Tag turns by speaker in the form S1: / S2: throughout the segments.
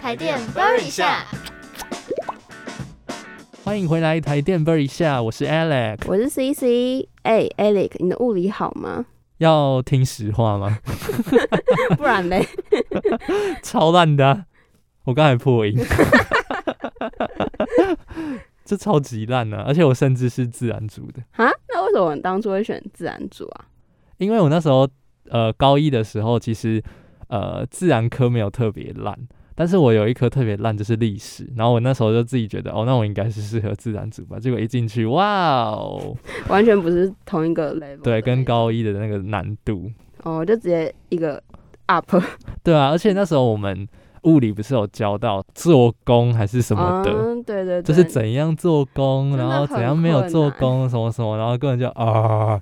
S1: 台电 Bird 一下，
S2: 欢迎回来台电 Bird 一下，我是 Alec。
S3: 我是 C C，哎、a l e c 你的物理好 吗？
S2: 要听实话吗？
S3: 不然嘞，
S2: 超烂的啊、我刚才破音， 这超级烂啊的、而且我甚至是自然组的，
S3: 啊，那为什么我当初会选自然组啊？
S2: 因为我那时候呃高一的时候，其实呃自然科没有特别烂。但是我有一科特别烂，就是历史。然后我那时候就自己觉得，哦，那我应该是适合自然组吧。结果一进去，哇哦，
S3: 完全不是同一个 level，
S2: 对，
S3: 的
S2: 跟高一的那个难度，
S3: 哦，就直接一个 up
S2: 对啊，而且那时候我们物理不是有教到做工还是什么的，
S3: 嗯、对对对，
S2: 就是怎样做工，
S3: 真的
S2: 然后
S3: 很
S2: 怎样没有
S3: 困
S2: 做
S3: 难
S2: 工，什么什么，然后个人就啊，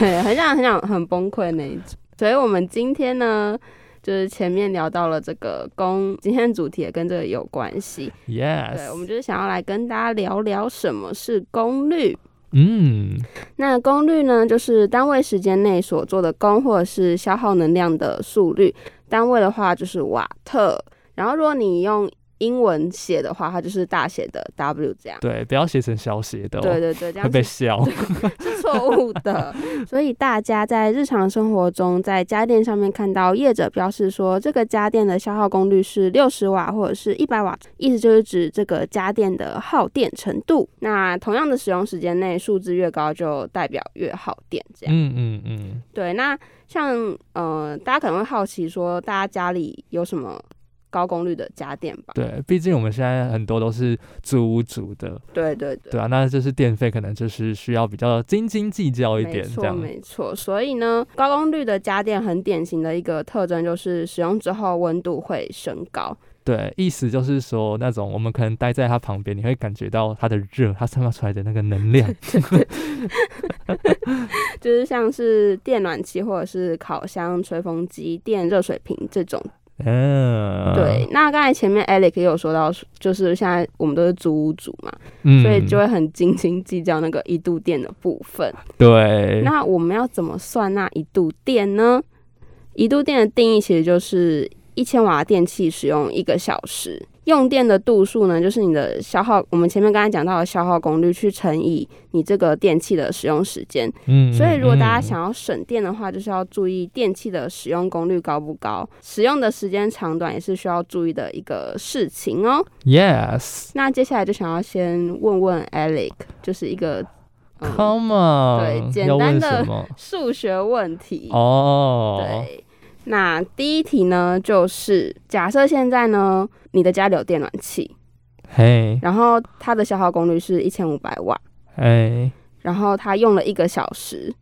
S3: 对，很想很想很崩溃那一种。所以我们今天呢，就是前面聊到了这个工，今天的主题也跟这个有关系。对，我们
S2: ，yes，
S3: 就是想要来跟大家聊聊什么是功率。
S2: 嗯，
S3: 那功率呢，就是单位时间内所做的功或者是消耗能量的速率。单位的话就是瓦特，然后如果你用英文写的话，它就是大写的 W 这样。
S2: 对，不要写成小写的、哦，
S3: 对对 对，这
S2: 会
S3: 样
S2: 被
S3: 是
S2: 笑。
S3: 是错误的。所以大家在日常生活中，在家电上面看到业者标示说这个家电的消耗功率是六十瓦或者是一百瓦，意思就是指这个家电的耗电程度。那同样的使用时间内，数字越高就代表越耗电，这样。
S2: 嗯嗯嗯，
S3: 对，那像呃，大家可能会好奇说，大家家里有什么高功率的家电吧？
S2: 对，毕竟我们现在很多都是租屋族的，
S3: 对对对。
S2: 对啊，那就是电费可能就是需要比较斤斤计较一
S3: 没
S2: 点这
S3: 错，
S2: 样。
S3: 没错。所以呢，高功率的家电很典型的一个特征就是使用之后温度会升高。
S2: 对，意思就是说，那种我们可能待在它旁边，你会感觉到它的热，它散发出来的那个能量。
S3: 就是像是电暖气或者是烤箱、吹风机、电热水瓶这种。
S2: 嗯，
S3: 对，，那刚才前面 Alec 也有说到，就是现在我们都是租屋主嘛，
S2: 嗯，
S3: 所以就会很斤斤计较那个一度电的部分。
S2: 对，
S3: 那我们要怎么算那一度电呢？一度电的定义其实就是一千瓦电器使用一个小时，用电的度数呢，就是你的消耗，我们前面刚才讲到的消耗功率去乘以你这个电器的使用时间。
S2: 嗯
S3: 所以如果大家，
S2: 嗯
S3: 想要省电的话，就是要注意电器的使用功率高不高，使用的时间长短也是需要注意的一个事情哦。
S2: 嗯 yes，come
S3: 那接下来就想要先问问 Alec，就是一个。嗯
S2: on，
S3: 对简
S2: 要问
S3: 单的
S2: 什么？
S3: 数学问题
S2: 哦，
S3: 对，那第一题呢，就是假设现在呢，你的家里有电暖气，
S2: 嘿，
S3: 然后它的消耗功率是一千五百瓦，
S2: 哎，
S3: 然后它用了一个小时，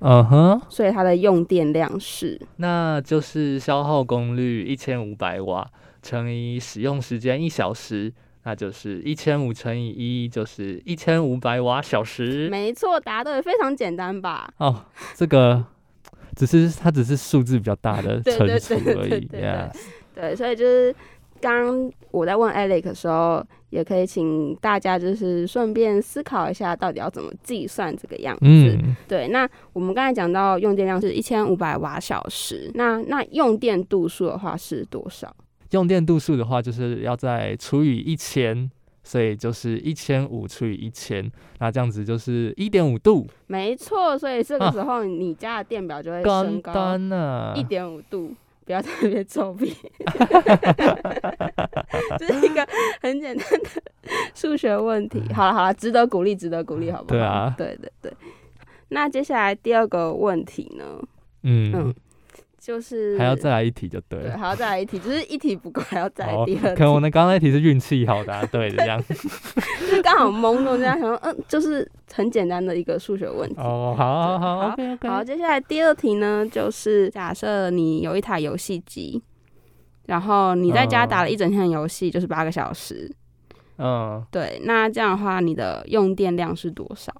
S2: 嗯哼，
S3: 所以它的用电量是
S2: 那就是消耗功率一千五百瓦乘以使用时间一小时，那就是一千五乘以一，就是一千五百瓦小时。
S3: 没错，答对，非常简单吧？
S2: 哦，这个只是它只是数字比较大的
S3: 对
S2: 乘
S3: 对
S2: 除
S3: 对对
S2: 而
S3: 对
S2: 已
S3: 对
S2: ，yes，
S3: 对，所以就是刚刚我在问 Alex 的时候，也可以请大家就是顺便思考一下，到底要怎么计算这个样子。
S2: 嗯，
S3: 对，那我们刚才讲到用电量是一千五百瓦小时，那那用电度数的话是多少？
S2: 用电度数的话，就是要再除以一千，所以就是一千五除以一千，那这样子就是一点五度，
S3: 没错，所以这个时候你家的电表就会升
S2: 啊干
S3: 高
S2: 单啊呐、
S3: 一点五度。不要特别臭 屁，这是一个很简单的数学问题。好了好了，值得鼓励，值得鼓励，好不好？
S2: 对啊
S3: 对对对。那接下来第二个问题呢，
S2: 嗯
S3: 嗯，，就是
S2: 还要再来一题就对
S3: 对，
S2: 了。
S3: 还要再来一题，就是一题不够，还要再
S2: 好
S3: 来第二题。
S2: 可能我那刚刚那题是运气好 答对的这样。
S3: 就是 刚好懵懂这样想说，嗯，就是很简单的一个数学问题。
S2: 哦，好好好
S3: 好
S2: ，OK OK。
S3: 好，接下来第二题呢，就是假设你有一台游戏机，然后你在家打了一整天的游戏，就是八个小时。
S2: 嗯，
S3: 对，那这样的话，你的用电量是多少？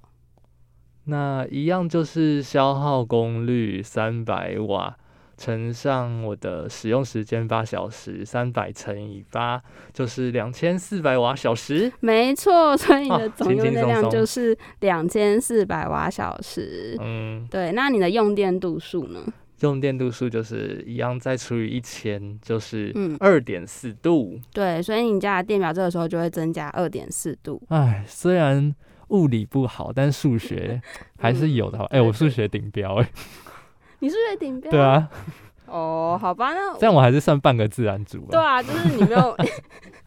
S2: 那一样就是消耗功率三百瓦乘上我的使用时间八小时，三百乘以八就是两千四百瓦小 时。
S3: 没错，所以你的
S2: 啊
S3: 总用
S2: 轻
S3: 电
S2: 轻松
S3: 量
S2: 松
S3: 就是两千四百瓦小时。
S2: 嗯，
S3: 对，那你的用电度数呢？
S2: 用电度数就是一样，再除以一千，就是
S3: 嗯
S2: 二点四度。
S3: 对，所以你家的电表这个时候就会增加二点四度。
S2: 哎、虽然物理不好，但数 学还
S3: 嗯
S2: 是有的好。哎、我数学顶标哎、
S3: 你是不是顶标？
S2: 对。啊，
S3: 哦，好吧，那
S2: 这样我还是算半个自然组
S3: 对
S2: 吧。
S3: 啊，就是你没有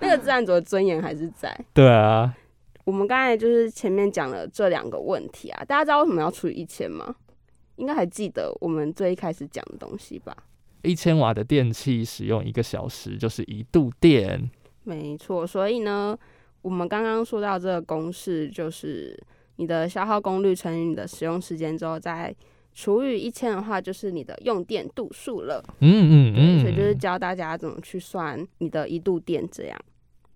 S3: 那个自然组的尊严还是在。
S2: 对啊，
S3: 我们刚才就是前面讲了这两个问题啊，大家知道为什么要除以一千吗？应该还记得我们最一开始讲的东西吧？
S2: 一千瓦的电器使用一个小时就是一度电。
S3: 没错，所以呢，我们刚刚说到这个公式，就是你的消耗功率乘以你的使用时间之后，再除以一千的话，就是你的用电度数了。
S2: 嗯嗯
S3: 对，所以就是
S2: 嗯，
S3: 教大家怎么去算你的一度电这样。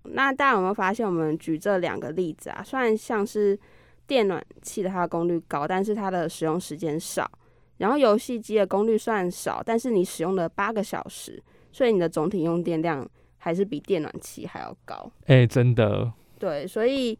S3: 那大家有没有发现，我们举这两个例子啊，虽然像是电暖气的它的功率高，但是它的使用时间少，然后游戏机的功率算少，但是你使用了八个小时，所以你的总体用电量还是比电暖气还要高。
S2: 哎、真的，
S3: 对，所以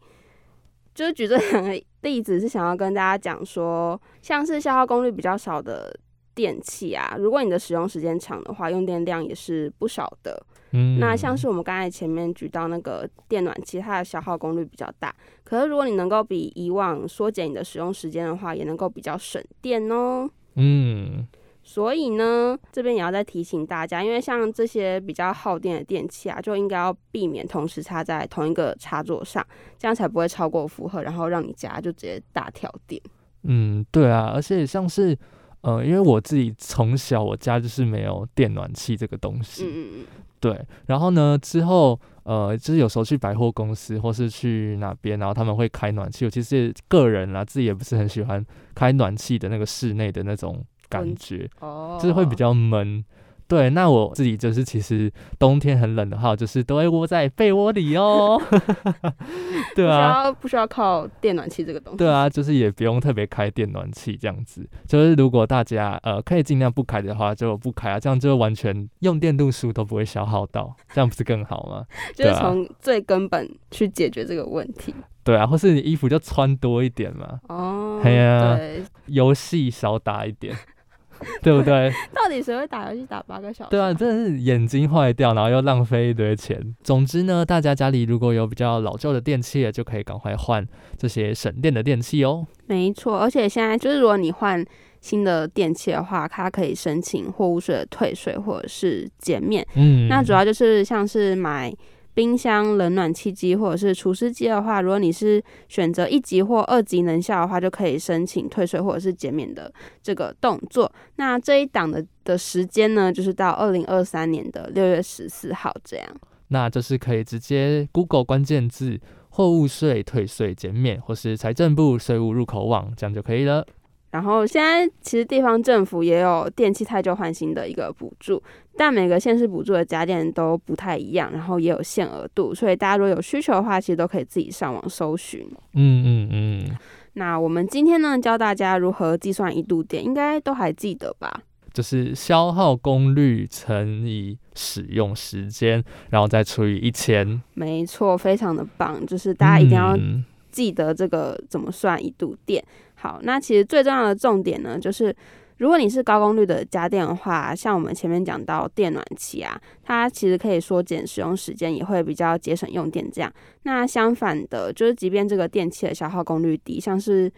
S3: 就是举这两个例子，是想要跟大家讲说，像是消耗功率比较少的电器啊，如果你的使用时间长的话，用电量也是不少的。
S2: 嗯，
S3: 那像是我们刚才前面举到那个电暖气，它的消耗功率比较大，可是如果你能够比以往缩减你的使用时间的话，也能够比较省电哦。
S2: 嗯。
S3: 所以呢，这边也要再提醒大家，因为像这些比较耗电的电器啊，就应该要避免同时插在同一个插座上，这样才不会超过负荷，然后让你家就直接大跳电。
S2: 嗯，对啊，而且像是，呃，因为我自己从小我家就是没有电暖气这个东西，
S3: 嗯嗯
S2: 对。然后呢，之后呃，就是有时候去百货公司或是去哪边，然后他们会开暖气，我其实个人啦，自己也不是很喜欢开暖气的那个室内的那种感
S3: 温
S2: 觉，
S3: 嗯，哦，
S2: 就是会比较闷。对，那我自己就是其实冬天很冷的话，我就是都会窝在被窝里哦。 对啊，
S3: 不需要不需要靠电暖气这个东西。
S2: 对啊，就是也不用特别开电暖气这样子。就是如果大家呃可以尽量不开的话，就不开啊，这样就完全用电度数都不会消耗到，这样不是更好吗？
S3: 就是
S2: 对啊
S3: 从最根本去解决这个问题。
S2: 对啊，或是你衣服就穿多一点 嘛，
S3: 哦，
S2: 嘿呀
S3: 对，
S2: 游戏少打一点， 对不对？
S3: 到底谁会打游戏打八个小时？
S2: 对啊，真的是眼睛坏掉，然后又浪费一堆钱。总之呢，大家家里如果有比较老旧的电器了，就可以赶快换这些省电的电器哦。
S3: 没错，而且现在就是如果你换新的电器的话，它可以申请货物税的退税或者是减免。
S2: 嗯，
S3: 那主要就是像是买冰箱、冷暖气机或者是除湿机的话，如果你是选择一级或二级能效的话，就可以申请退税或者是减免的这个动作。那这一档的的时间呢，就是到二零二三年的六月十四号这样。
S2: 那就是可以直接 Google 关键字“货物税退税减免”或是财政部税务入口网，这样就可以了。
S3: 然后现在其实地方政府也有电器太旧换新的一个补助，但每个县市补助的家电都不太一样，然后也有限额度，所以大家如果有需求的话，其实都可以自己上网搜寻。
S2: 嗯嗯嗯，
S3: 那我们今天呢，教大家如何计算一度电，应该都还记得吧？
S2: 就是消耗功率乘以使用时间，然后再除以一千。
S3: 没错，非常的棒，就是大家一定要
S2: 嗯
S3: 记得这个怎么算一度电。好，那其实最重要的重点呢，就是如果你是高功率的家电的话，像我们前面讲到电暖气啊，它其实可以缩减使用时间，也会比较节省用电。这样，那相反的，就是即便这个电器的消耗功率低，像是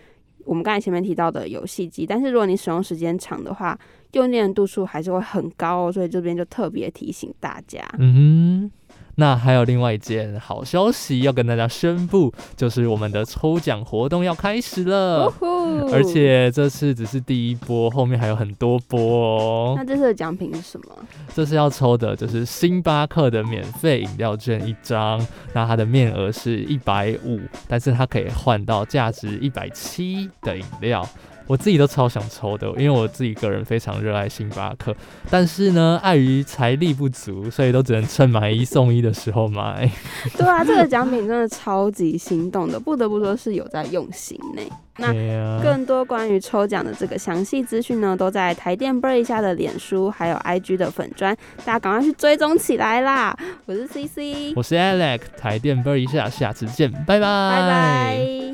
S3: 我们刚才前面提到的游戏机，但是如果你使用时间长的话，用电的度数还是会很高哦。所以这边就特别提醒大家。
S2: 嗯哼，那还有另外一件好消息要跟大家宣布，就是我们的抽奖活动要开始了。
S3: 哦吼
S2: 而，且这次只是第一波，后面还有很多波哦。
S3: 那这次的奖品是什么？
S2: 这是要抽的，就是星巴克的免费饮料券一张，那它的面额是一百五，但是它可以换到价值一百七的饮料。我自己都超想抽的，因为我自己个人非常热爱星巴克，但是呢，碍于财力不足，所以都只能趁买一送一的时候买。
S3: 对啊，这个奖品真的超级心动的，不得不说是有在用心呢。那
S2: 对啊呀
S3: 更多关于抽奖的这个详细资讯呢，都在台电 b r 一下的脸书还有 IG 的粉砖，大家赶快去追踪起来啦！我是 CC，
S2: 我是 Alex，台电波一下，下次见，拜拜，
S3: 拜拜。